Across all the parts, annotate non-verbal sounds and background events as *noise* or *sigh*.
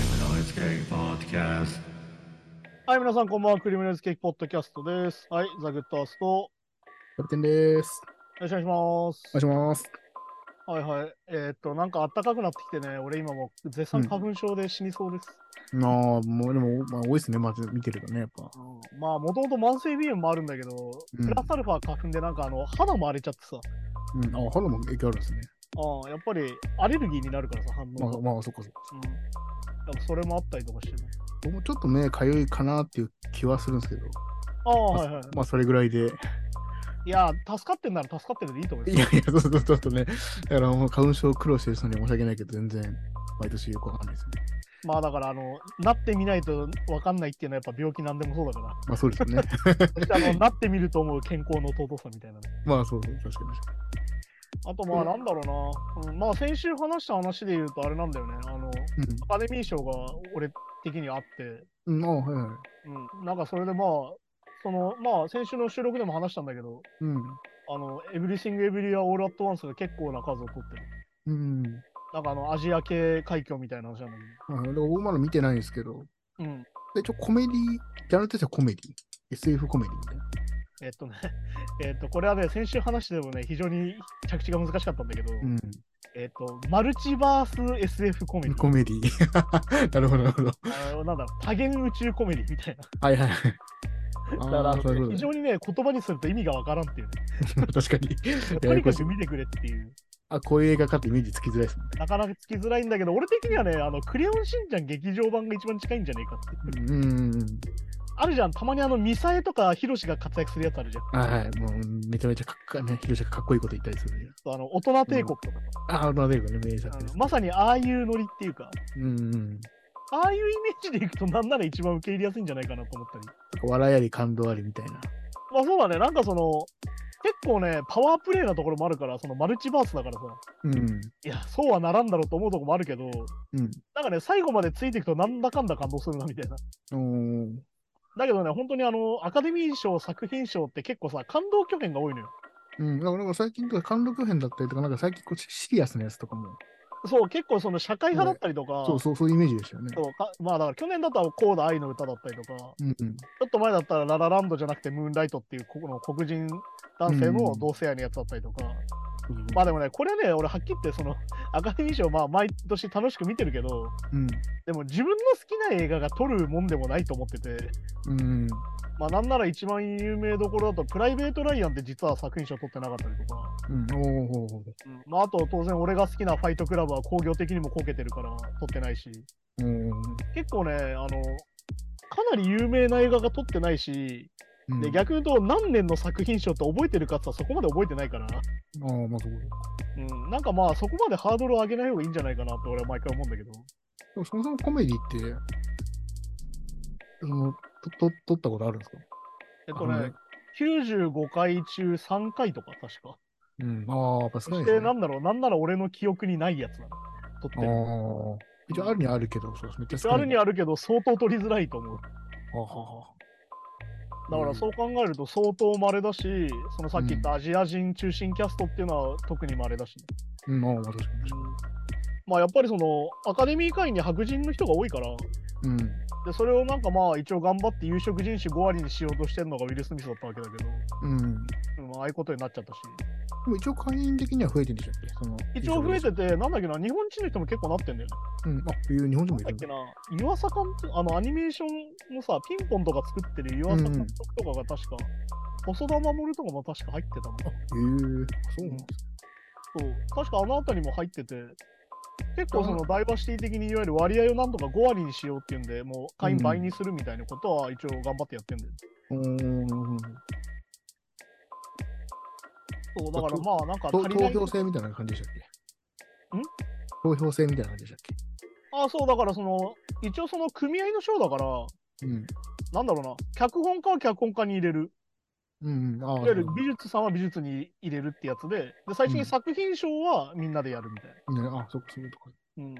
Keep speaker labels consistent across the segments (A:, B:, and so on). A: Cake Podcast.
B: はい、皆さんこんばんは。クリームレーズケーキポッドキャストです。はい、ザ・グッドアースト。よ
C: キャプテンです。
B: ろしくお願いし
C: お願いします。
B: ます。はいはい。えーっと、なんか暖かくなってきてね、俺今もう絶賛花粉症で死にそうです。
C: なあ、もうでも、まあ、多いですね、まず見てるとね、やっぱ。
B: うんまあ、もともと慢性鼻炎もあるんだけど、
C: うん
B: プラスアルファ花粉でなんかあの、肌も荒れちゃってさ、
C: うん、あ、肌も影響あるんですね。
B: あやっぱりアレルギーになるからさ、反
C: ま
B: 応
C: あ、
B: が。
C: まあ、そっかそっか。
B: うん。やっぱそれもあったりとかしてね。
C: 僕もちょっとね、かゆいかなっていう気はするんですけど、
B: ああ、はいはい。
C: まあ、それぐらいで。 *laughs*
B: いや、助かってんなら助かってるでいいと思い
C: い
B: ます。
C: やいや、そうそうそうそうね。だから、もう花粉症苦労してる人には申し訳ないけど、全然、毎年よくわかんないですね。
B: まあだから、あの、なってみないとわかんないっていうのはやっぱ病気なんでもそうだから。
C: まあ、そうですよね。 *laughs*
B: そしてあの、なってみると思う健康の尊さみたいなね。
C: まあ、そうそう、確かに確か
B: あとまあ
C: うん
B: なんだろうな、うんまあ先週話した話で言うとあれなんだよね、あの、
C: に。
B: アカデミー賞が俺的にあって、
C: うん。うん、あはいはい。
B: うん、なんかそれでまあ、その、まあ先週の収録でも話したんだけど、
C: うん。
B: あの、エブリシング・エブリア・オール・アット・ワンスが結構な数を取ってる。
C: うん。
B: なんかあの、アジア系海峡みたいな話なんだ
C: まあ、でも僕まだ見てないんですけど、
B: けど、うん。
C: で一応コメディ、ジャンルとしてはコメディ、SF コメディみたいな。
B: えっとね、 *laughs* えっと、これはね、先週話してもね、非常に着地が難しかったんだけど、
C: う
B: えっと、マルチバース SF コメデ
C: ん。
B: ィ。
C: コメディ。 *laughs* なるほど、なるほど。
B: あのなんだろう多元宇宙コメディみたいな。
C: はいはいはい。
B: *laughs* だから
C: あ
B: あ
C: ー
B: の
C: そういうこと
B: 非常にね、言葉にすると意味がわからんっていうね。
C: *laughs* 確かに。
B: と
C: や
B: に
C: やこ
B: か
C: し
B: く
C: い
B: 見てくれっていう。
C: あ、こういう映画かってイメージつきづらいですもん
B: なかなかつきづらいんだけど、俺的にはね、あの、クレヨンしんちゃん劇場版が一番近いんじゃねえかって。
C: ね。うんうんうんうん。
B: あるじゃん、たまにあの、ミサエとかヒロシが活躍するやつあるじゃん。
C: はいはい。もう、めちゃめちゃかっか、ね、広島かっこいいこと言ったりするじ
B: あの、大人帝国とか、
C: ゃん。ああ、なるほどね、名
B: あ
C: 作で
B: の
C: す。
B: まさにああいうノリっていうか、
C: うんうん。
B: ああいうイメージでいくとなんなら一番受け入れやすいんじゃないかなと思ったり。
C: 笑いあり、感動ありみたいな。
B: まあそうだね、なんかその、結構ね、パワープレイなところもあるから、そのマルチバースだからさ、
C: うん。
B: いや、そうはならんだろうと思うとこもあるけど、
C: うん。
B: なんかね、最後までついていくとなんだかんだ感動するなみたいな。
C: おー
B: だけどね、本当にあの、アカデミー賞、作品賞って結構さ、感動巨編が多いのよ。
C: うん、だからなんか最近とか感動編だったりとか、なんか最近こうシリアスなやつとかも、
B: そう、結構その社会派だったりとか、
C: そうそう、そういうイメージでしたよね。
B: そうかまあだから去年だったらコーダ愛の歌だったりとか、ちょ
C: うんうん。
B: っと前だったらララランドじゃなくてムーンライトっていうここの黒人男性の同性愛のやつだったりとか、まあでもね、これはね、俺はっきり言ってその、アカデミー賞まあ毎年楽しく見てるけど、
C: うん。
B: でも自分の好きな映画が撮るもんでもないと思ってて、
C: うん。
B: まあなんなら一番有名どころだとプライベートライアンって実は作品賞取ってなかったりとか、
C: うん。おお。
B: うんまあ、あと当然俺が好きなファイトクラブは工業的にもこけてるから撮ってないし
C: うん。
B: 結構ねあのかなり有名な映画が撮ってないし、
C: うん
B: で逆に言うと何年の作品賞って覚えてるかって言ったらそこまで覚えてないから、
C: ああ、まあ、そう
B: うん、なんかまあそこまでハードルを上げない方がいいんじゃないかなって俺は毎回思うんだけど
C: でもそもそもコメディって、その、と、と、撮ったことあるんですか
B: えっと
C: あの
B: ね95回中3回とか確か
C: うん。ああ、やっぱ少
B: そ
C: ない
B: し
C: で
B: て
C: すね。
B: なんだろうなんなら俺の記憶にないやつなの撮って
C: ああ
B: る。
C: 一応あるにはあるけど、そうです。めっちゃ少ない。
B: あるに
C: は
B: あるけど相当撮りづらいと思う
C: あはあは
B: だからそう考えると相当稀だし、そのさっき言ったアジア人中心キャストっていうのは特に稀だしね、
C: あ。うん、ああ、まあ確かに確か
B: まあやっぱりそのアカデミー会員に白人の人が多いから、
C: に。うん。
B: でそれをなんかまあ一応頑張って有色人種5割にしようとしてるのがウィル・スミスだったわけだけど、
C: うん。で
B: うんああいうことになっちゃったし、
C: も一応会員的には増えてるんでしたっけその。
B: 一応増え
C: る。
B: てて、なんだっけな、日本人の人も結構なってんだよね。
C: うん。あ、っていう日本人もい
B: なんだ
C: る
B: っ
C: ん
B: け
C: だ。
B: な、湯浅監督、あのアニメーションのさ、ピンポンとか作ってる湯浅監督とかが確か、細田守とかも確か入ってたのかな。
C: へえそうなんです
B: そう、確かあの辺りも入ってて、結構そのダイバーシティ的にいわゆる割合をなんとか5割にしようっていうんで、もう会員倍にするみたいなことは一応頑張ってやってんだよ。
C: おーなるほど。
B: そう、だからまあなんか
C: と
B: 足りな
C: 投
B: い。
C: 票制みたいな感じでしたっけ
B: ん
C: 投票制みたいな感じでしたっ
B: ああ、そう、だからその、一応その組合の賞だから、
C: けうん。
B: なんだろうな、脚本家は脚本家に入れる、
C: うん。ああ。
B: いわゆる美術さんは美術に入れるってやつで、で最終的
C: う
B: に
C: ん
B: 作品賞はみんなでやるみたいな。
C: ねあ、そっか、そういうことか。
B: うん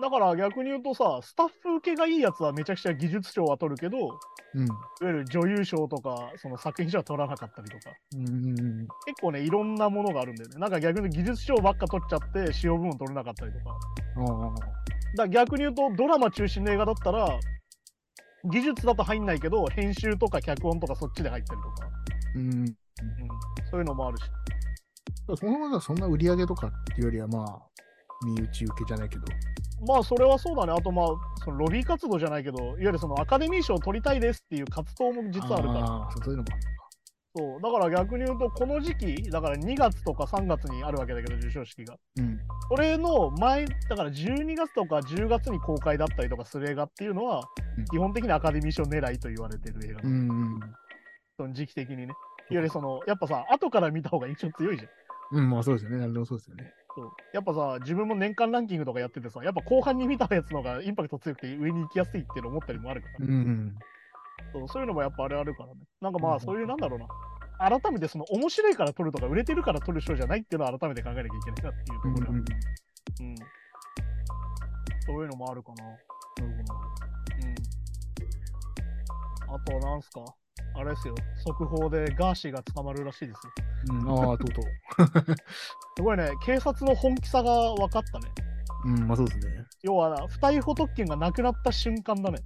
B: だから逆に言うとさ、スタッフ受けがいいやつはめちゃくちゃ技術賞は取るけど、いわ
C: うん。
B: ゆる女優賞とか、その作品賞は取らなかったりとか、
C: うんうん
B: 結構ね、いろんなものがあるんだよね。なんか逆に技術賞ばっか取っちゃって、使用部門取れなかったりとか。
C: うん。ああ。
B: だから逆に言うとドラマ中心の映画だったら技術だと入んないけど編集とか脚本とかそっちで入ったりとか、
C: うん。
B: うん、そういうのもあるし
C: そのままそんな売り上げとかっていうよりは、まあ、身内受けじゃないけど。
B: まあそれはそうだねあとまあそのロビー活動じゃないけどいわゆるそのアカデミー賞を取りたいですっていう活動も実はあるから
C: あーそうそういうのもある
B: そうだから逆に言うとこの時期だから2月とか3月にあるわけだけど授賞式が
C: うん。
B: それの前だから12月とか10月に公開だったりとかする映画っていうのは、
C: うん
B: 基本的にアカデミー賞狙いと言われてる映画、
C: うんうん。
B: その時期的にねよりそのやっぱさ後から見た方が印象強いじゃん
C: うん、まあそうですよね。何でもそうですよね。
B: そうやっぱさ自分も年間ランキングとかやっててさやっぱ後半に見たやつの方がインパクト強くて上に行きやすいっていうの思ったりもあるから、
C: うん。
B: そうそういうのもやっぱあれあるからねなんかま
C: う
B: あ
C: ん
B: そういうなんだろうな改めてその面白いから撮るとか売れてるから撮る賞じゃないっていうのを改めて考えなきゃいけないなっていうとこ
C: う
B: ろ
C: ん
B: で、
C: うん
B: うん。そういうのもあるかな。なるほど。うん。あとはなんすかあれですよ。速報でガーシーが捕まるらしいですよ。
C: うん、ああ、とうとう。
B: すごいね、警察の本気さが分かったね。
C: うん、まあそうですね。
B: 要はな、不逮捕特権がなくなった瞬間だね。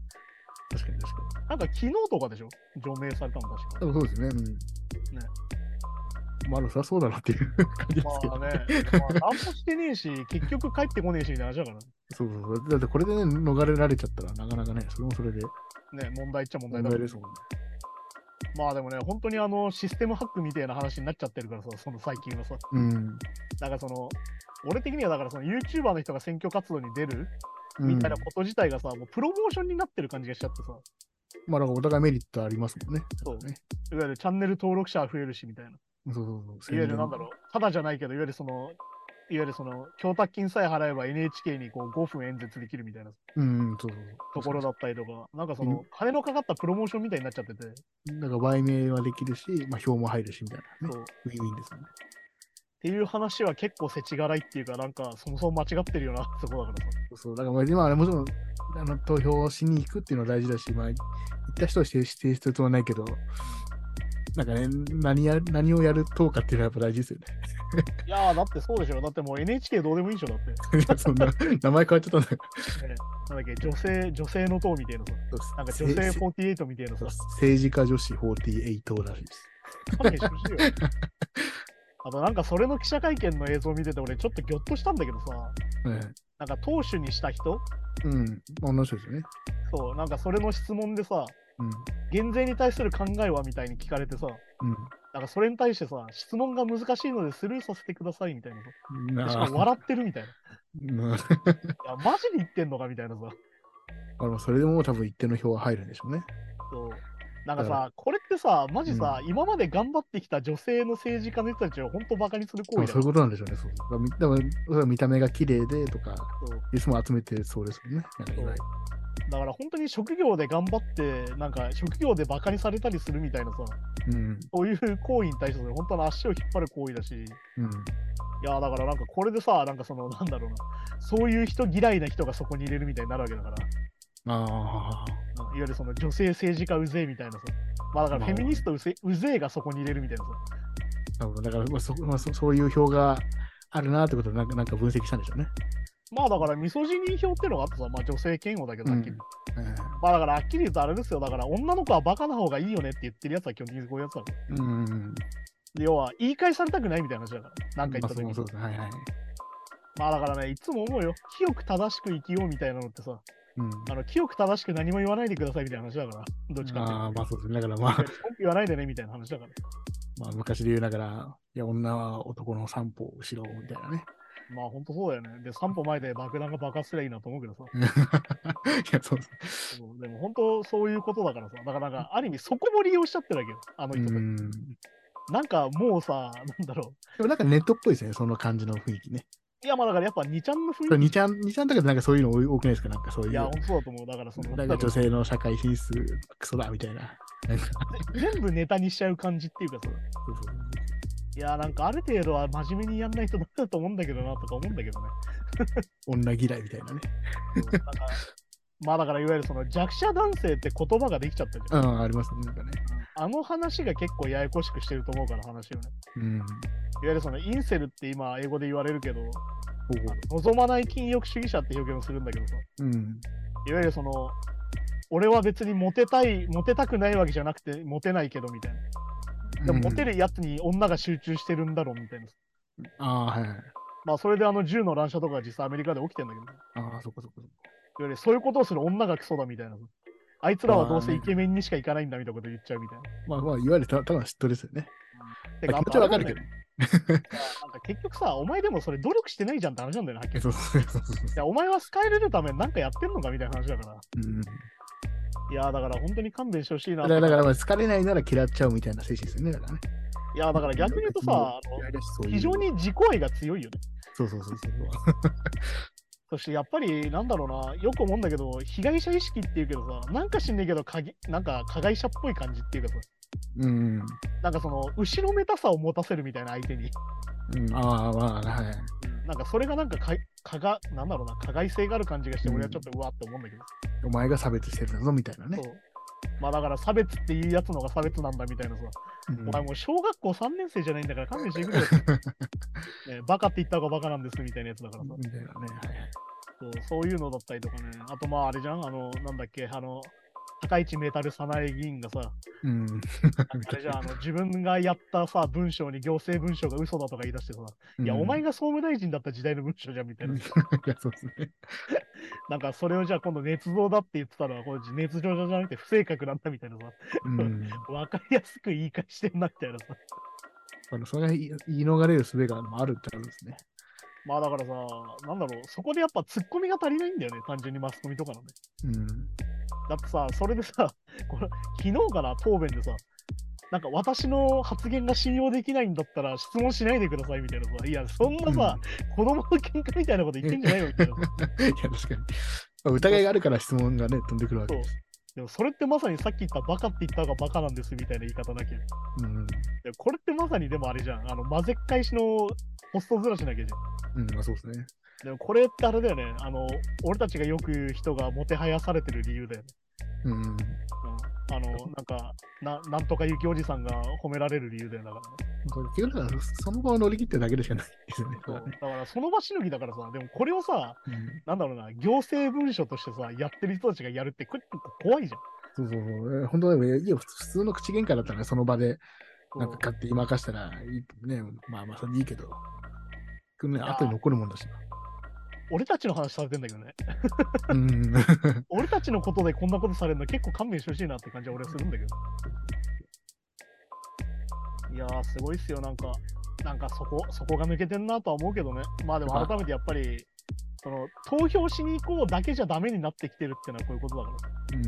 C: 確かに確かに。
B: なんか昨日とかでしょ除名されたの確か。
C: 多分そうですね。うん。ね。まあ、そりゃそうだなっていう感じですけど。
B: まあね、まあ、何もしてねえし、
C: *laughs*
B: 結局帰ってこねえしみたいな話だから
C: そうそうそう。だってこれでね、逃れられちゃったら、なかなかね、それもそれで
B: ね。ね、問題っちゃ問題だ
C: 問
B: けど
C: 題ですもんね。
B: まあでもね、本当にあの、システムハックみたいな話になっちゃってるからさ、その最近はさ。
C: うん。
B: なんかその、俺的にはだからその YouTuber の人が選挙活動に出る
C: うん
B: みたいなこと自体がさ、もうプロモーションになってる感じがしちゃってさ、いわ
C: まあ、だからお互いメリットありますもんね。
B: そう
C: ね。
B: ゆるチャンネル登録者は増えるしみたいな、いわ
C: そうそうそう。
B: ゆるなんだろう、ただじゃないけど、いわゆるその、いわゆるその、供託金さえ払えば NHK にこう5分演説できるみたいな
C: う。うん、うんそうそう
B: と
C: そう。
B: ころだったりとか、なんかその、金のかかったプロモーションみたいになっちゃってて、
C: だから売名はできるし、まあ、票も入るしみたいな、ね。
B: そう。っ
C: ウィンウィンですよね。
B: ていう話は結構せちがらいっていうか、なんかそもそも間違ってるよな、 *laughs* そこだからさ。
C: そうそうだからまあ今あれもちろんあの投票しに行くっていうのは大事だし、まあ、行った人を否定否定するつもりはないけど、なんかね、何や何をやるとかっていうのはやっぱ大事ですよね。
B: いやー、だってそうでしょ、だってもう NHK どうでもいいでしょ、だって。
C: い *laughs* やそんな名前変わっちゃったんだけど
B: なんだっけ、女性、女性の党みたいなさ。なんか女性
C: せ
B: 48みたいな
C: そ
B: さ
C: う、政治家女子48らしいです。
B: 勘弁してほしいよ。
C: *laughs*
B: あとなんかそれの記者会見の映像見てて俺ちょっとギョッとしたんだけどさ、なんか党首にした人
C: うん、うん、女の人ですよね。
B: そう、なんかそれの質問でさ、減税に対する考えはみたいに聞かれてさ、
C: う
B: なんかそれに対してさ、質問が難しいのでスルーさせてくださいみたいなさ。
C: ん、うん。
B: でしかも
C: あ
B: 笑ってるみたいな。い
C: うん
B: や、マジに言ってんのかみたいなさ。
C: あのそれでも多分一定の票は入るんでしょうね。
B: そう。なんか
C: だか
B: さ、これってさ、マジさ、今まで頑張ってきた女性の政治家の人たちを本当バカにする行為
C: あ
B: だ
C: そういうことなんでしょうね。そうそうだからみだから見た目が綺麗でとか、
B: そう
C: いつも集めてそうですよね。なんかいわゆる
B: だから本当に職業で頑張って、なんか職業でバカにされたりするみたいなさ、
C: うん
B: そういう行為に対して本当の足を引っ張る行為だし、い
C: うん
B: やーだからなんかこれでさ、なんかそのなんだろうな、そういう人嫌いな人がそこに入れるみたいになるわけだから、
C: あ
B: い
C: あ、
B: わゆるその女性政治家うぜえみたいなさ、まあだからフェミニストうぜうぜえがそこに入れるみたいなさ、
C: なるほど。だから、まあそまあそ、そういう票があるなってことをなんかなんか分析したんでしょうね。
B: まあだからミソジニー票ってのがあってさ、まあ女性嫌悪だけどさっき、
C: うん
B: まあだからはっきり言うとあれですよ、だから女の子はバカな方がいいよねって言ってるやつは基本的にこういうやつだろ。
C: うん。うん。
B: で要は言い返されたくないみたいな話だから、なんか言った時に。
C: まあそうそうですね。はいはい。
B: まあだからね、いつも思うよ。清く正しく生きようみたいなのってさ、
C: うん。
B: あの清く正しく何も言わないでくださいみたいな話だから、どっちかっていう
C: ああ、まあそうですね。だから
B: と。
C: まあ、
B: 文句言わないでねみたいな話だから。
C: まあ、昔で言うながら、いや、女は男の三歩後ろみたいな
B: *laughs*
C: ね。
B: まあ本当そうだよね。で、三歩前で爆弾が爆発すりゃいいなと思うけどさ。
C: いや、そうです。
B: そうでも本当そういうことだからさ。だからなんか、ある意味そこも利用しちゃってるわけよ。あの
C: う
B: 人たち。
C: ん。で
B: なんかもうさ、なんだろ
C: もなんかネットっぽいですね、その感じの雰囲気ね。
B: う。いやまあだからやっぱ2ちゃんの雰囲
C: 2ちゃん、二ちゃんだけどなんかそういうの多くないですかなんかそう
B: 気。
C: いう。
B: いや、本当そうだと思う。だからその、
C: なんか女性の社会進出、クソだみたいな。なんか
B: 全部ネタにしちゃう感じっていうかさ。
C: そうそう
B: いやなんかある程度は真面目にやんないとダメだと思うんだけどなとか思うんだけどね。
C: 女嫌いみたいなね。
B: そうなんかまあだからいわゆるその弱者男性って言葉ができちゃったじゃん。
C: うん、ありますね。なんかね。
B: あの話が結構ややこしくしてると思うから話をね。
C: うん。
B: いわゆるそのインセルって今英語で言われるけど、望まない禁欲主義者って表現をするんだけどさ、
C: うん。
B: いわゆるその、俺は別にモテたい、モテたくないわけじゃなくて、モテないけどみたいな。でも、モテ
C: る。
B: るやつに女が集中してるんだろうみたいな。
C: ああー、はいはい。
B: まあ、それであの銃の乱射とかは実際アメリカで起きてんだけど、いわ
C: ああ、そっかそっかそっか。
B: ゆるそういうことをする女がクソだみたいな。あいつらはどうせイケメンにしか行かないんだみたいなこと言っちゃうみたいな。
C: まあまあ、いわゆるた多分嫉妬ですよね。
B: て
C: まあ気持ちはわかるけど。
B: なんか結局さ、お前でもそれ努力してないじゃんって話なんだよね、はっきり
C: え
B: 言って。
C: そうそうそうそう。
B: いや、お前は好かれるために何かやってんのかみたいな話だから。
C: うん、
B: いや、だから本当に勘弁してほしいな
C: だ
B: って。
C: から、だからまあ好かれないなら嫌っちゃうみたいな精神ですよね。だからね。
B: いや、だから逆に言うとさ、あ
C: 嫌
B: の
C: いだしそういう
B: 非常。に自己愛が強いよね。
C: そうそうそうそう。
B: そしてやっぱり、なんだろうな、よく思うんだけど、被害者意識っていうけどさ、なんか知んねえけど、かぎなんか加害者っぽい感じっていうかさ、
C: うん。うん
B: なんかその、後ろめたさを持たせるみたいな相手に、
C: ああ、まあ、はい。
B: なんかそれがなんかか、かが、なんだろうな、加害性がある感じがして、
C: うん
B: 俺はちょっとうわって思うんだけど。
C: お前が差別してるんだぞみたいなね
B: そ。うまあだから差別っていうやつのが差別なんだみたいなさ、
C: うん
B: お前もう小学校3年生じゃないんだから勘弁してく
C: *laughs*
B: れよ、ね、バカって言った方がバカなんですみたいなやつだからさ、
C: みたいなね。はいはい
B: そうそういうのだったりとかねあとまああれじゃんあのなんだっけあの高市メタル早苗議員がさ、
C: うん。
B: あれじゃんあの自分がやったさ、文章に行政文章が嘘だとか言い出してさ、いや、お前
C: が。
B: が総務大臣だった時代の文章じゃんみたいな、
C: いや、そうですね。
B: なんかそれをじゃあ今度、捏造だって言ってたのは、これ捏造じゃなくて不正確なんだみたいなさ、
C: うん。
B: わかりやすく言い返してんなみたいなさ、
C: あのそれが言い言い逃れる術があるってことですね。
B: まあだからさ、なんだろう、そこでやっぱ突っ込みが足りないんだよね、単純にマスコミとかのね。
C: うん。
B: だってさ、それでさ、 *laughs* これ昨日から答弁でさ、なんか私の発言が信用できないんだったら質問しないでくださいみたいなさ、いや、そんなさ、子供の喧嘩みたいなこと言ってんじゃないよみたいな。 *laughs*
C: いや、確かに。まあ疑いがあるから質問がね、飛んでくるわけです。
B: でもそれってまさにさっき言ったバカって言った方がバカなんですみたいな言い方だけど。
C: うん。
B: でこれってまさにでもあれじゃん、あの、混ぜっ返しのホストずらしなきゃじゃん。
C: うん、まあそうですね。
B: でもこれってあれだよね、あの、俺たちがよく言う人がもてはやされてる理由だよね。
C: うん。
B: うんあの、なんか、ななんとかゆきおじさんが褒められる理由だよ、だからね、
C: これ結局だから、その場を乗り切ってるだけでしかないですよね。
B: そうだから、その場しのぎだからさ、でもこれをさ、なんだろうな、行政文書としてさ、やってる人たちがやるって、これ結構怖いじゃん。
C: そうそうそう。本当だよ。いや、普通の口喧嘩だったら、その場で、なん
B: そう
C: か勝手に任したら、ね、まあまあ、それでいいけど。ね、後に残るもんだし。
B: 俺たちの話されてんだけどね、
C: うん。
B: 俺たちのことでこんなことされるの結構勘弁してほしいなって感じは俺はするんだけど。いやー、すごいっすよ、なんか、なんかそこ、そこが抜けてんなとは思うけどね、まあでも改めてやっぱり、その投票しに行こうだけじゃダメになってきてるってのはこういうことだから。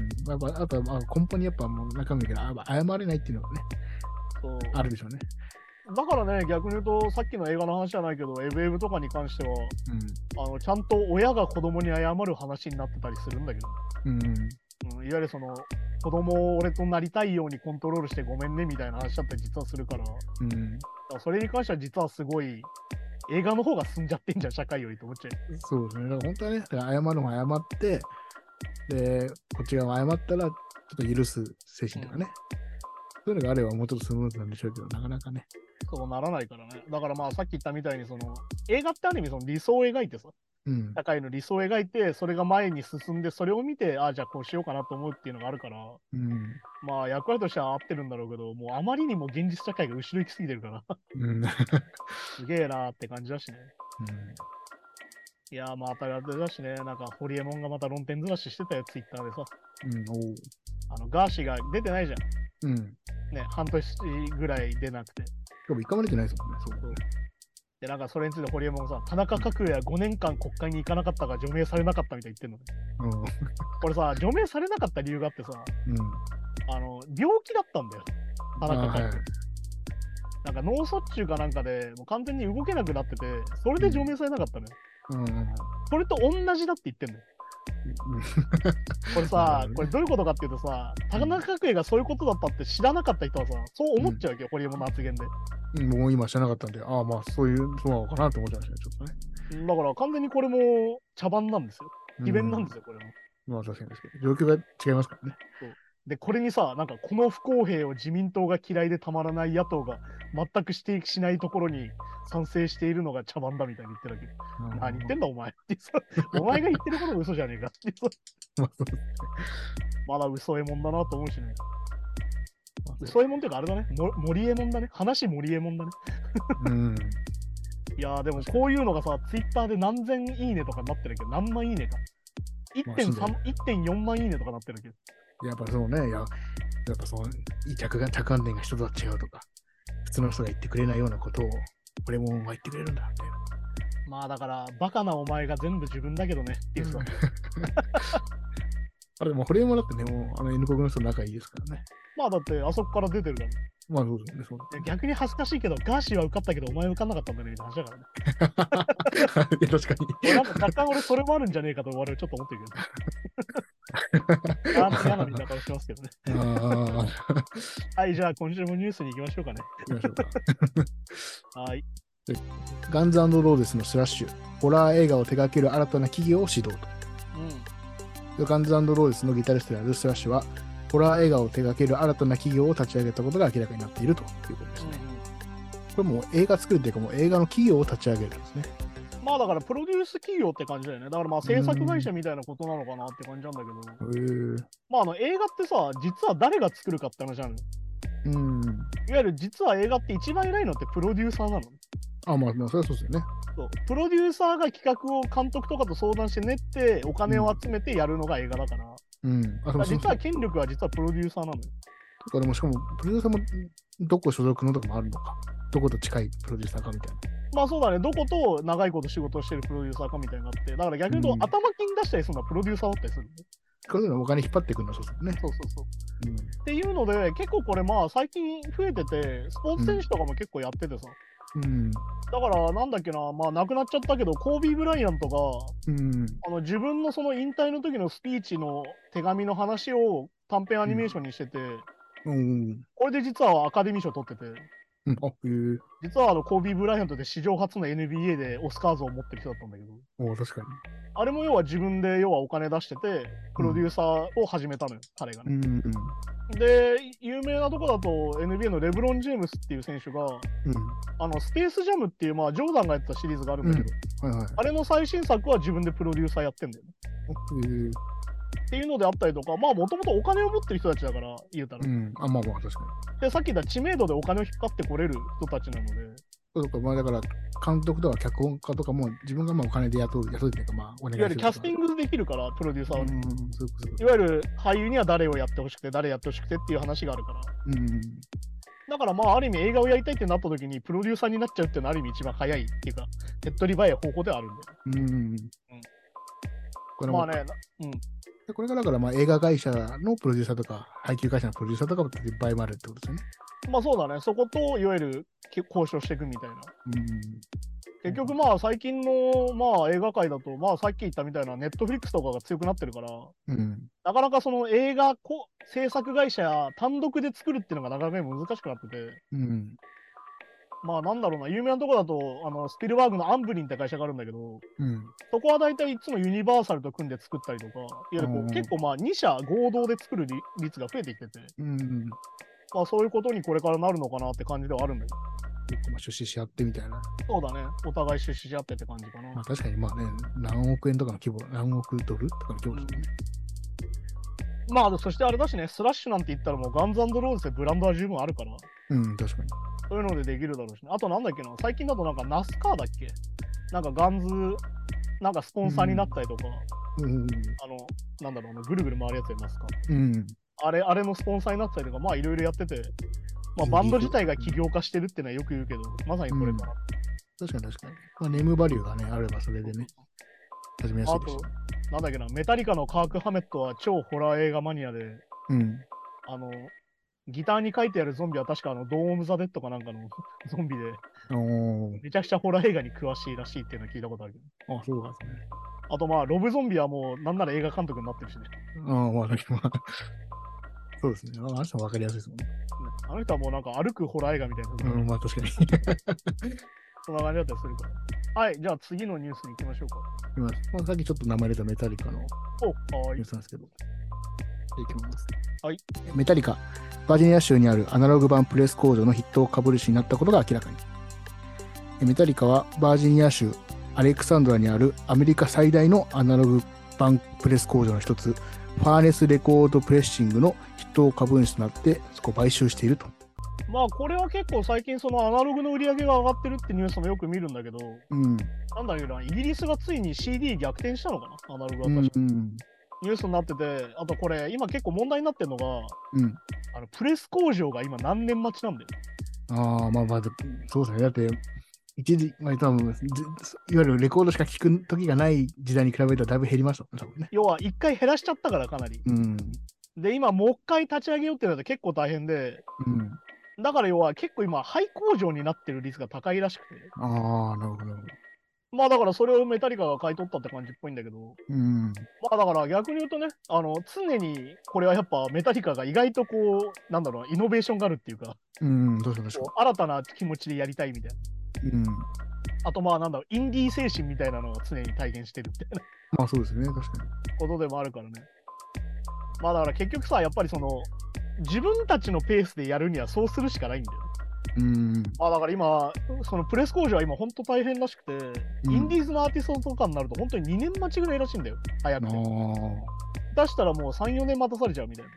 C: うん、やっぱあとはまあ根本にやっぱもう中身だけどあまあ謝れないっていうのがね、
B: そう
C: あるでしょうね。
B: だからね、逆に言うと、さっきの映画の話じゃないけど、エブエブとかに関しては、あのちゃんと親が子供に謝る話になってたりするんだけど、
C: うん。うん。
B: うん、いわゆるその、子供を俺となりたいようにコントロールしてごめんねみたいな話だったり実はするから、だか
C: うん。
B: らそれに関しては実はすごい、映画の方が進んじゃってんじゃん、社会よりと思っちゃう。
C: そうですね。だから本当はね、だから謝るのも謝って、で、こっち側も謝ったら、ちょっと許す精神とかね。そういうのがあればもうちょっとスムーズなんでしょうけど、なかなかね。
B: そうならないからね。だからまあさっき言ったみたいに、その、映画ってある意味その理想を描いてさ、
C: うん。
B: 社会の理想を描いて、それが前に進んで、それを見て、ああ、じゃあこうしようかなと思うっていうのがあるから、
C: うん。
B: まあ役割としては合ってるんだろうけど、もうあまりにも現実社会が後ろ行きすぎてるから、 *laughs*
C: うん。うん。
B: すげえなーって感じだしね。いやーまあ当たり当たりだしね、なんかホリエモンがまた論点ずらししてたよ、ツイッターでさ。
C: うん。おう
B: あのガーシーが出てないじゃん。
C: うん。し
B: ね、半年ぐらい出なくて。
C: かも一回も出てないですもんね。そう。
B: で、なんかそれについてホリエモンさ、田中角栄は5年間国会に行かなかったが除名されなかったみたいに言ってんのね。これさ、除名されなかった理由があってさ、
C: うん。うん。
B: あの、病気だったんだよ。田中
C: あ
B: 角栄。
C: はい
B: なんか脳卒中かなんかで、もう完全に動けなくなってて、それで除名されなかったのよ。
C: うん。うん
B: それと同じだって言ってんのよ。これさ
C: なるほど、ね
B: これどういうことかっていうとさ、田中角栄がそういうことだったって知らなかった人はさ、そう思っちゃうわけよ、ホリエモンの発言で。
C: うん。もう今知らなかったんで、ああ、まあそういう、そうなのかなって思っちゃいましたね、ちょっとね。
B: だから完全にこれも茶番なんですよ。
C: うん
B: 詭弁なんですよ、これも。
C: まあ確かに確かに。状況が違いますからね。
B: で、これにさ、なんかこの不公平を自民党が嫌いでたまらない野党が全く指摘しないところに賛成しているのが茶番だみたいに言ってるわけ。何言ってんだお前って *laughs* さ、お前が言ってることが嘘じゃねえかってさ、
C: まあそう
B: まだ嘘えもんだなと思うしね。嘘えもんっていうかあれだね、も森えもんだね。話森えもんだね。
C: うん。
B: いやーでもこういうのがさ、ツイッターで何千いいねとかなってるけど、何万いいねか。
C: まあそう
B: 1.3 1.4万いいねとかなってるけど、
C: やっぱそうね、いや、やっぱその、委託が高んねんが人とは違うとか、普通の人が言ってくれないようなことを、俺もお前言ってくれるんだ、みたいな。
B: まあだから、バカなお前が全部自分だけどねっていうさ、
C: *laughs* あれでも、ホレもだってね、もう、あの、N 国の人仲いいですからね。
B: まあだってあそこから出てるから、ね、
C: まあ、そうですね、そう *laughs*
B: 逆に恥ずかしいけど、ガーシーは受かったけど、お前受かんなかったんだねみたいな話だからね。
C: いや確かに。
B: なんか若干俺それもあるんじゃねえかと我々ちょっと思ってるけど。あー嫌な見方をしてますけどね。 *laughs*
C: ああ、
B: はい、じゃあ今週もニュースに行きましょうかね。
C: 行きましょうか。
B: はい。
C: ガンズローゼスのスラッシュ、ホラー映画を手掛ける新たな企業を指導
B: う
C: と。ガンズローゼスのギタリストであるスラッシュは、ホラー映画を手掛ける新たな企業を立ち上げたことが明らかになっているということですね。
B: ん。
C: これもう映画作るというか、もう映画の企業を立ち上げるんですね。
B: まあだからプロデュース企業って感じだよね。だからまあ制作会社みたいなことなのかなって感じなんだけど。
C: へー
B: まああの映画ってさ、実は誰が作るかって話なのよ
C: うん。
B: いわゆる実は映画って一番偉いのってプロデューサーなの。
C: あ、まあ、まあ、それはそうですよね。
B: そうプロデューサーが企画を監督とかと相談して練ってお金を集めてやるのが映画だから。
C: うん。あ、でも
B: だから
C: そう
B: 実
C: そう
B: は。権力は実はプロデューサーなのよ。
C: とかでもしかも、プロデューサーもどこ所属のとかもあるのか。どこと近いプロデューサーかみたいな。
B: まあそうだね、どこと長いこと仕事をしてるプロデューサーかみたいになって、だから逆に言うと、
C: うん
B: 頭金出したりするのはプロデューサーだったりするのね。
C: これでお金引っ張ってくるのはそうですよね。
B: そうそうそう。
C: うん。
B: っていうので、結構これ、まあ最近増えてて、スポーツ選手とかも結構やっててさ、
C: うん。
B: だからなんだっけな、まあ亡くなっちゃったけど、コービー・ブライアンとか、
C: うん。
B: あの自分のその引退の時のスピーチの手紙の話を短編アニメーションにしてて、
C: うん。
B: これで実はアカデミー賞取ってて、
C: うん、あ、へえ。
B: 実はあのコービー・ブライアントで史上初の NBA でオスカー像を持ってる人だったんだけど。
C: お確か
B: あれも要は自分で要はお金出してて、プロデューサーを始めたのよ、彼が
C: に。
B: ね。
C: ん。
B: で、有名なとこだと NBA のレブロン・ジェームスっていう選手が、
C: うん。
B: あのスペースジャムっていう、まあ、ジョーダンがやってたシリーズがあるんだけど、
C: はいはい。
B: あれの最新作は自分でプロデューサーやってんだよね。
C: えー
B: っていうのであったりとか、まあ、もともとお金を持ってる人たちだから、言うたら。
C: うん。あ、まあまあ、確かに。
B: で、さっき言った知名度でお金を引っ張ってこれる人たちなので、
C: そうか、まあだから、監督とか脚本家とかも、自分がまあお金で雇う、雇うっていうか、まあ、お願い
B: いわゆるキャスティ
C: グ
B: ングできるから、プロデューサーはね。
C: うん、そういうことそういう
B: い
C: こ
B: わゆる俳優には誰をやってほしくて、誰やってほしくてっていう話があるから。
C: と。うん。
B: だからまあある意味映画をやりたいってなった時にプロデューサーになっちゃうっていうのはある意味一番早いっていうか手っ取り早い方法ではあるんで。
C: うん。これも
B: まあね、
C: これがだから、まあ映画会社のプロデューサーとか、配給会社のプロデューサーとかもいっぱいもあるってことですよね。
B: まあそうだね、そこといわゆる交渉していくみたいな。結局まあ最近のまあ映画界だと、まあさっき言ったみたいなネットフリックスとかが強くなってるから、
C: うん。うん。
B: なかなかその映画こ制作会社単独で作るっていうのがなかなか難しくなってて、
C: うん。
B: まあなんだろうな、有名なとこだとあのスピルバーグのアンブリンって会社があるんだけど、
C: うん。
B: そこは大体いつもユニバーサルと組んで作ったりとか、いわゆるこう
C: うん
B: 結構まあ2社合同で作る率率が増えてきてて、
C: うん。
B: まあ、そういうことにこれからなるのかなって感じではあるんだけ
C: 結構、まあ出資し合ってみたいな。
B: ど、そうだね、お互い出資し合ってって感じかな。
C: まあ確かに、まあね、何億円とかの規模、何億ドルとかの規模ですよね。
B: まあ、そしてあれだしね、スラッシュなんて言ったらもうガンズローズでブランドは十分あるから、
C: うん、確かに。
B: そういうのでできるだろうし、ね、あとなんだっけな、最近だとなんかナスカーだっけなんかガンズ、なんかスポンサーになったりとか、
C: うん。
B: あの、なんだろう、あのぐるぐる回るやつやりますか。
C: うん。
B: あれ、あれのスポンサーになったりとか、まあいろいろやってて、まあバンド自体が起業化してるってのはよく言うけど、まさにこれかな。
C: 確かに確かに。まあ、ネームバリューがね、あればそれでね、始めやすいですよね。
B: なんだっけな、メタリカのカーク・ハメットは超ホラー映画マニアで、
C: うん。
B: あの、ギターに書いてあるゾンビは確かあの、ドームオブ・ザ・デッドかなんかのゾンビで、
C: お
B: めちゃくちゃホラー映画に詳しいらしいっていうのは聞いたことあるけど。
C: あ、そうなんですね。
B: あとまあ、ロブ・ゾンビはもう、なんなら映画監督になってるしね。
C: ああ、まあ、でもまあ *laughs* そうですね。ああの人は分かりやすいですもんね。
B: あの人はもうなんか歩くホラー映画みたいな、
C: うん、まあ確かに。 *laughs* い
B: そんな感じだったりするから。はい、じゃあ次のニュースに行きましょうか。
C: ますまあ、さっきちょっと名前出たメタリカのニ
B: お、はー
C: ュ
B: い
C: ー。スなんですけど、じゃあいきます。
B: はい。
C: メタリカ、バージニア州にあるアナログ版プレス工場の筆頭株主になったことが明らかに。えメタリカはバージニア州アレクサンドラにあるアメリカ最大のアナログ版プレス工場の一つ、ファーネスレコードプレッシングの筆頭株主となって、そこを買収していると。
B: まあこれは結構最近そのアナログの売り上げが上がってるってニュースもよく見るんだけど、
C: うん。
B: なんだろうな、イギリスがついに CD 逆転したのかな、アナログは
C: う
B: 確か、
C: ん。うん。
B: ニュースになってて、あとこれ、今結構問題になってるのが、
C: うん
B: あのプレス工場が今何年待ちなんだよ。
C: ああ、まあまあ、でそうだね。だって、一時、まあ、多分ずいわゆるレコードしか聴く時がない時代に比べたらだいぶ減りましたもんね、多分ね。
B: 要は一回減らしちゃったからかなり。
C: うん。
B: で、今もう一回立ち上げようってなると結構大変で、
C: うん。
B: だから要は結構今廃工場になってる率が高いらしくて。
C: ああ、なるほど。なるほど
B: まあだからそれをメタリカが買い取ったって感じっぽいんだけど、
C: うん。
B: まあだから逆に言うとね、あの常にこれはやっぱメタリカが意外とこう、なんだろうな、イノベーションがあるっていうか、
C: うん、どうしましょ
B: こう新たな気持ちでやりたいみたいな。
C: う。うん。ま
B: あとまあなんだろう、インディー精神みたいなのが常に体現してるみたいな
C: あそうですね、確か
B: ことでもあるからね。まあだから結局さ、やっぱりその、自分たちのペースでやるにはそうするしかないんだよね。
C: に。うん。
B: まあだから今、そのプレス工場は今本当大変らしくて、インディーズのアーティストとかになると本当に2年待ちぐらいらしいんだよ、早くて。
C: あ
B: 出したらもう3、4年待たされちゃうみたいな。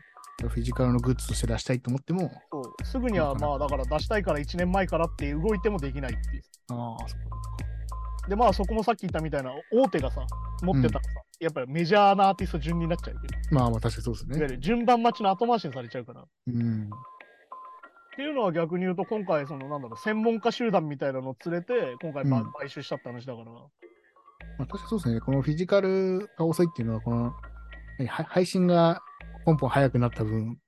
C: あ。フィジカルのグッズとして出したいと思っても、
B: そうすぐにはまあだから出したいから1年前からって動いてもできないっていう。
C: ああ、そっか。
B: でまあそこもさっき言ったみたいな大手がさ、持ってたらさ、やっぱりメジャーなアーティスト順になっちゃうけど、
C: まあまあ、確かにそうです
B: いわ
C: ね
B: ゆ。る順番待ちの後回しにされちゃうから。っ
C: うん。
B: ていうのは逆に言うと今回そのなんだろう、専門家集団みたいなのを連れて、今回まあ
C: うん
B: 買収したって話だから。
C: まあ、確かにそうですね。このフィジカルが遅いっていうのは、この、何は配信がポンポン早くなった分、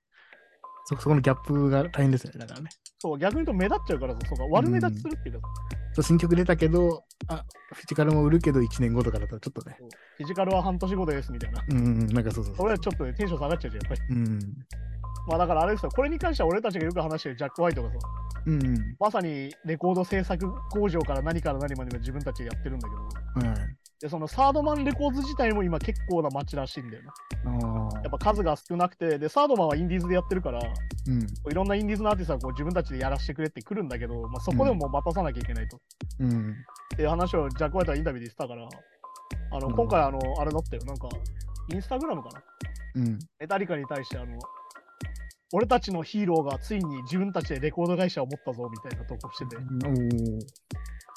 C: そ、そこのギャップが大変ですよね。だからね。
B: そう逆に言うと目立っちゃうからさ、そうか悪目立ちするっていうか、
C: そう新曲出たけど、あ、フィジカルも売るけど1年後とかだったらちょっとね。
B: そうフィジカルは半年後ですみたいな。
C: うんうん、なんかそうそうそ。
B: そうれはちょっとね、テンション下がっちゃうじゃん、やっぱり。
C: うん。
B: まあだからあれですよ、これに関しては俺たちがよく話してるジャック・ホワイトがさ、
C: うんうん。
B: まさにレコード制作工場から何から何まで今自分たちでやってるんだけど、
C: はい。
B: でそのサードマンレコーズ自体も今結構な街らしいんだよね。
C: ああ
B: やっ。ぱ数が少なくて、で、サードマンはインディーズでやってるから、い
C: うん。
B: ろんなインディーズのアーティストがこう自分たちでやらせてくれって来るんだけど、まあ、そこでももう待たさなきゃいけないと。
C: うん。
B: っていう話をジャック・ホワイトはインタビューで言ってたから、あの、
C: うん
B: 今回あの、あれだったよ、なんか、インスタグラムかな。
C: うん。
B: メタリカに対してあの、俺たちのヒーローがついに自分たちでレコード会社を持ったぞみたいな投稿してて、
C: おー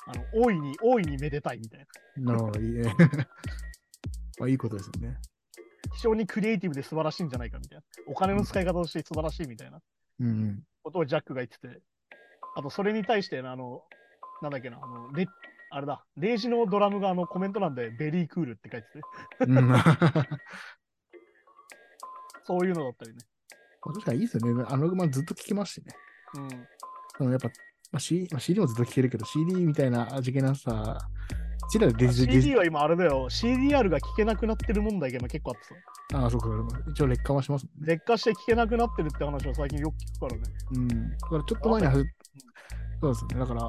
B: あの大いに大いにめでたいみたいな。
C: なるほど、いいね。 *laughs* まあ、いいことですよね。
B: 非常にクリエイティブで素晴らしいんじゃないかみたいな。お金の使い方として素晴らしいみたいな
C: うんうん。
B: ことをジャックが言ってて、あとそれに対しての、あの、なんだっけな、あの、レあれだ、レイジのドラムがあのコメント欄でベリークールって書いてて、
C: うん、 *laughs* 確
B: そういうのだったりね。
C: かにいいですよね。あの馬ずっと聴きますしね。
B: うん。
C: あのやっぱ、まあ C まあ、CD もずっと聴けるけど、CD みたいな味気なさ、うちらデジデ
B: CD
C: ジ
B: は今あれだよ、CDR が聴けなくなってる問題が今結構あってさ、
C: ああ、そうか、一応劣化はしますもんね。
B: 劣化して聴けなくなってるって話を最近よく聞くからね。
C: うん。だからちょっと前に走っそうですよね。だから、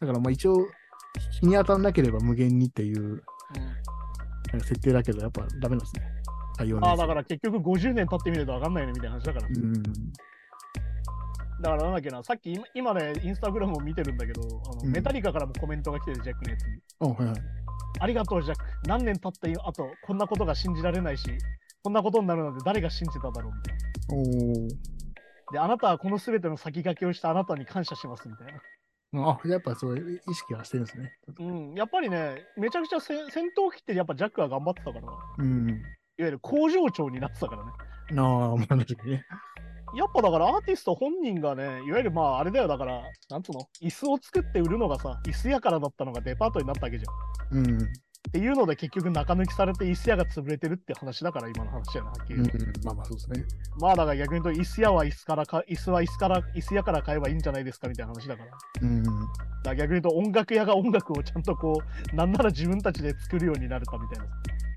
C: だからまあ一応、日に当たらなければ無限にっていう
B: うん
C: なんか設定だけど、やっぱダメなんですね。対応の
B: ああ
C: やつ
B: だから結局50年経ってみると分かんないねみたいな話だから、
C: うん。
B: だからなんだっけなさっき今今ねインスタグラムを見てるんだけどあの、
C: うん
B: メタリカからもコメントが来てるジャックのやつに
C: あはいはい。
B: ありがとうジャック何年経ったあとこんなことが信じられないしこんなことになるなんて誰が信じてただろうみたいな
C: おお。
B: であなたはこの全ての先駆けをしたあなたに感謝しますみたいな
C: あ、やっぱそういう意識はしてるんですね。
B: うんやっぱりねめちゃくちゃせ戦闘機ってやっぱジャックは頑張ってたからいわ
C: うん。
B: ゆる工場長になってたからね
C: なあ、まあ確かにね。
B: やっぱだからアーティスト本人がね、いわゆるまああれだよ、だから、なんつうの、椅子を作って売るのがさ、椅子屋からだったのがデパートになったわけじゃん。
C: うん。
B: っていうので結局中抜きされて椅子屋が潰れてるって話だから今の話やな、はっきり
C: う
B: 言うんと、
C: まあまあそうですね。
B: まあだから逆に言うと椅子屋は椅子からか、椅子は椅子から、椅子屋から買えばいいんじゃないですかみたいな話だから。だか
C: うん。
B: ら逆に言うと音楽屋が音楽をちゃんとこう、なんなら自分たちで作るようになれたみたいな。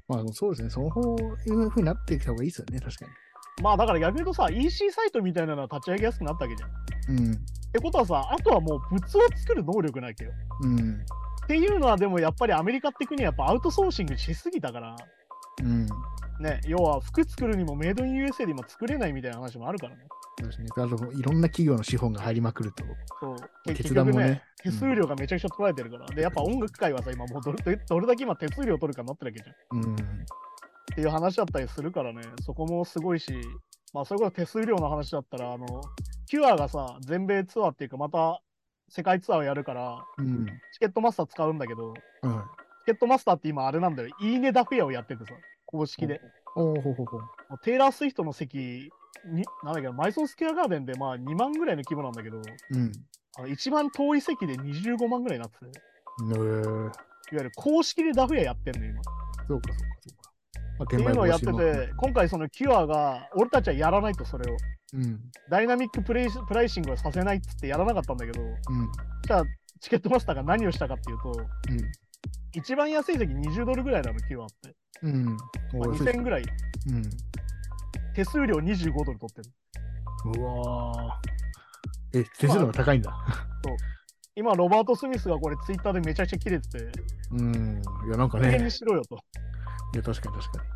C: まあそうですね。その方いうふうになってきた方がいいですよね、確か
B: まあだから逆に言うとさ、EC サイトみたいなのは立ち上げやすくなったわけじゃん。っ
C: に。
B: てことはさ、あとはもう物を作る能力なわけよ。
C: うん。うん。
B: っていうのはでもやっぱりアメリカって国はやっぱアウトソーシングしすぎたから
C: うん。
B: ね、要は服作るにもメイドイン USA で今作れないみたいな話もあるからね。
C: そうですね。あと、いろんな企業の資本が入りまくると、
B: そう
C: 決断も
B: 結局
C: ね。
B: 手数料がめちゃくちゃ取られてるから。で、やっぱ音楽界はさ、今もうどれどれだけ今手数料取るかになってるわけじゃん。
C: うん。
B: っていう話だったりするからね、そこもすごいし、まあ、それこそ手数料の話だったら、あの、キュアがさ、全米ツアーっていうか、また世界ツアーをやるから、
C: うん。
B: チケットマスター使うんだけど、
C: うん。はい。
B: チケットマスターって今あれなんだよ、いいねダフ屋をやっててさ、公式で。
C: おおほうほうほう。
B: もうテイラー・スウィフトの席に、なんだっけな、マイソン・スケア・ガーデンでまあ2万ぐらいの規模なんだけど、
C: うん。
B: あの一番遠い席で25万ぐらいになってて、いわ
C: ねえ。
B: ゆる公式でダフ屋やってんの、今。
C: そうかそうかそうか。まあ、
B: っていうのをやって
C: の
B: て、今回そのキュアが、俺たちはやらないと、それを。
C: うん。
B: ダイナミックプレイスプライシングをさせないっつってやらなかったんだけど、
C: うん。
B: じゃあチケットマスターが何をしたかっていうと、一番安い席20ドルぐらいなの、キュアって。
C: うん。うん。
B: まあ、
C: おー
B: 2000ぐらい。
C: うん。
B: 手数料25ドル取ってる。
C: うわーえ、手数料が高いんだ。
B: 今、ロバート・スミスがこれ、ツイッターでめちゃくちゃ切れてて、
C: うん。いや、なんか
B: 無限
C: ね
B: に。しろよと。
C: いや、確かに確かに。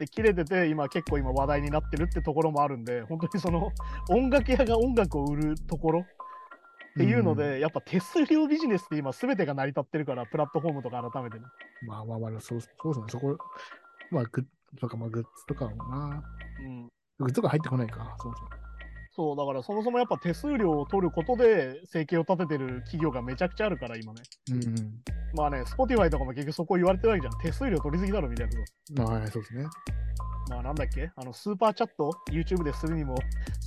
B: で、切れてて、今、結構今話題になってるってところもあるんで、本当にその、音楽屋が音楽を売るところっていうので、やっぱ手数料ビジネスって今、すべてが成り立ってるから、プラットフォームとか改めてね。
C: うん。まあまあまあ、そうそうそう、そこ、まあ、グッズとか、まあ、グッズとかもな。
B: うん。
C: グッズとか入ってこないか。そうそう。
B: そう、だからそもそもやっぱ手数料を取ることで生計を立ててる企業がめちゃくちゃあるから、今ね。
C: うん。
B: まあね、Spotify とかも結局そこ言われてないじゃん。手数料取りすぎだろみたいなこと。
C: まあ、はい、そうですね。
B: まあなんだっけあの、スーパーチャット ?YouTube でするにも、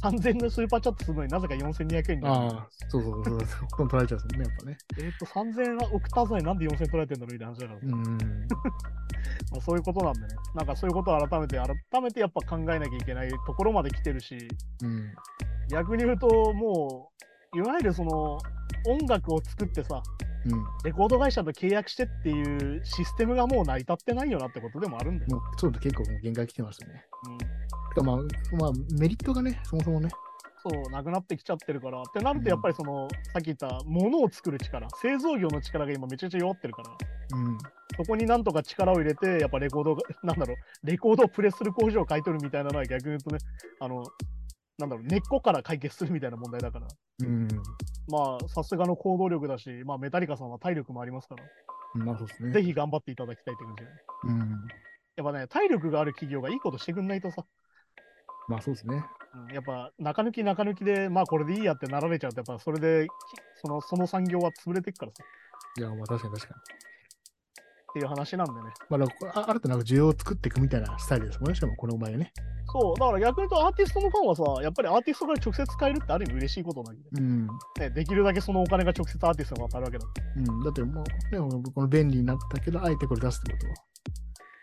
B: 3000のスーパーチャットするのになぜか4200円になる。
C: ああ、そうそうそうそう。この取られちゃうですもんね、やっぱね。
B: えっ、と、3000は送ったはずなのになんで4000取られてんだろうみたいな話だから、
C: うん。
B: まあ、そういうことなんでね。なんかそういうことを改めて、改めてやっぱ考えなきゃいけないところまで来てるし、
C: うん。
B: 逆に言うと、もう、いわゆるその、音楽を作ってさ、
C: うん。
B: レコード会社と契約してっていうシステムがもう成り立ってないよなってことでもあるんだよ。
C: もう、ちょっと結構もう限界来てましたね。
B: うん
C: てかまあ、まあ、メリットがね、そもそもね。
B: そう、なくなってきちゃってるから。ってなる
C: うん
B: と、やっぱりその、さっき言った、ものを作る力、製造業の力が今めちゃくちゃ弱ってるから、
C: うん。
B: そこになんとか力を入れて、やっぱレコードが、 *laughs* なんだろう、レコードをプレスする工場を買い取るみたいなのは逆に言うとね、あの、なんだろう、根っこから解決するみたいな問題だから。
C: うん。
B: まあ、さすがの行動力だし、まあ、メタリカさんは体力もありますから、
C: まあ、そうですね。
B: ぜひ頑張っていただきたいって感じだよね。
C: うん。
B: やっぱね、体力がある企業がいいことしてくんないとさ、
C: まあ、そうですね。
B: うんやっぱ中抜き中抜きで、まあこれでいいやってなられちゃうと、やっぱそれできそのその産業は潰れていくからさ
C: いや、まあ、確かに確かに。
B: っていう話なんでね。
C: まあ、だからこうあ新たな需要を作っていくみたいなスタイルですもんね、しかもこの前ね。
B: そう、だから逆に言うとアーティストのファンはさ、やっぱりアーティストから直接買えるってある意味嬉しいことなんで、
C: うん。
B: ね、できるだけそのお金が直接アーティストに渡るわけだ。
C: うん、だってもう、ね、この便利になったけど、あえてこれ出すってことは。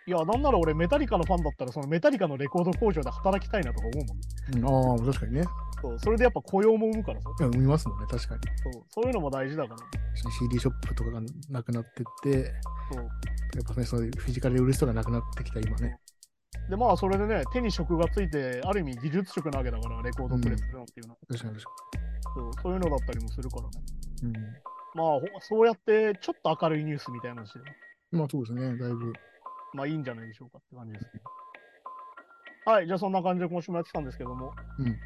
B: いや、なんなら俺メタリカのファンだったら、そのメタリカのレコード工場で働きたいなとか思うもん、ね、
C: うん、ああ、確かにね。
B: そう、それでやっぱ雇用も生むからさ、
C: うん、見ますもんね、確かに。
B: そう、そういうのも大事だから。
C: CD ショップとかがなくなってって、や
B: そう
C: っぱね、そういうフィジカルで売る人がなくなってきた今ね。
B: で、まあそれでね、手に職がついて、ある意味技術職なわけだから、レコードプレスするのっていうのは、
C: 確かに確か
B: そう、そういうのだったりもするからね。
C: に。
B: まあ、ほそうやって、ちょっと明るいニュースみたいなのして、
C: うん。まあそうですね、だいぶ。
B: まあいいんじゃないでしょうかって感じですね。はい、じゃあそんな感じで今週もやってきたんですけども。
C: うん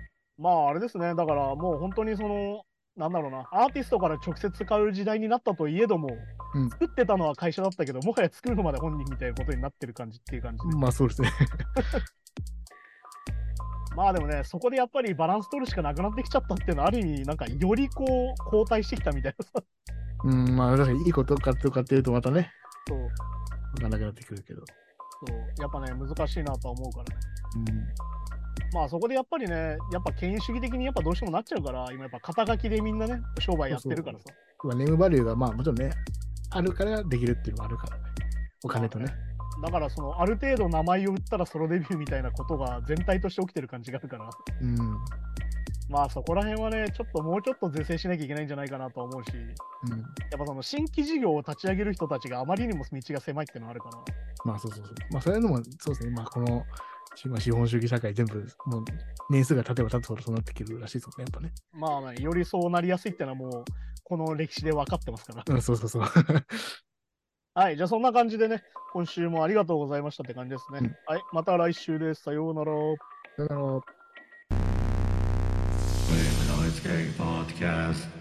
B: まあ、あれですね、だからもう本当にその、なんだろうな、アーティストから直接買う時代になったといえども、
C: うん
B: 作ってたのは会社だったけど、もはや作るのまで本人みたいなことになってる感じっていう感じで。
C: まあそうですね。
B: まあでもね、そこでやっぱりバランス取るしかなくなってきちゃったっていうのは、ある意味、なんかよりこう、後退してきたみたいなさ。
C: うん、まあ確かにいいことかとかっていうとまたね、
B: そう
C: わかんなくなってくるけど。
B: そうやっぱね、難しいなとは思うからね。
C: うん。
B: まあそこでやっぱりね、やっぱ権威主義的にやっぱどうしてもなっちゃうから、今やっぱ肩書きでみんなね、商売やってるからさ。
C: まあネームバリューがまあもちろんね、あるからできるっていうのもあるからね。お金とね。
B: だからその、ある程度名前を売ったらソロデビューみたいなことが全体として起きてる感じがあるから、
C: うん。うん。
B: まあそこら辺はね、ちょっともうちょっと是正しなきゃいけないんじゃないかなと思うし、やっぱその新規事業を立ち上げる人たちがあまりにも道が狭いってのはあるから、
C: まあそうそうそう。まあそういうのもそうですね。まあこのまあ資本主義社会全部、もう年数が経てば経つほどそうなってくるらしいですもんね、やっぱね。
B: まあ、ね、よりそうなりやすいってのはもう、この歴史で分かってますから。
C: うん、そうそうそう。
B: はい、じゃあそんな感じでね、今週もありがとうございましたって感じですね。
C: うん
B: はい、また来週です。さようなら。
C: さよなら
A: Waves Noise Gate Podcast.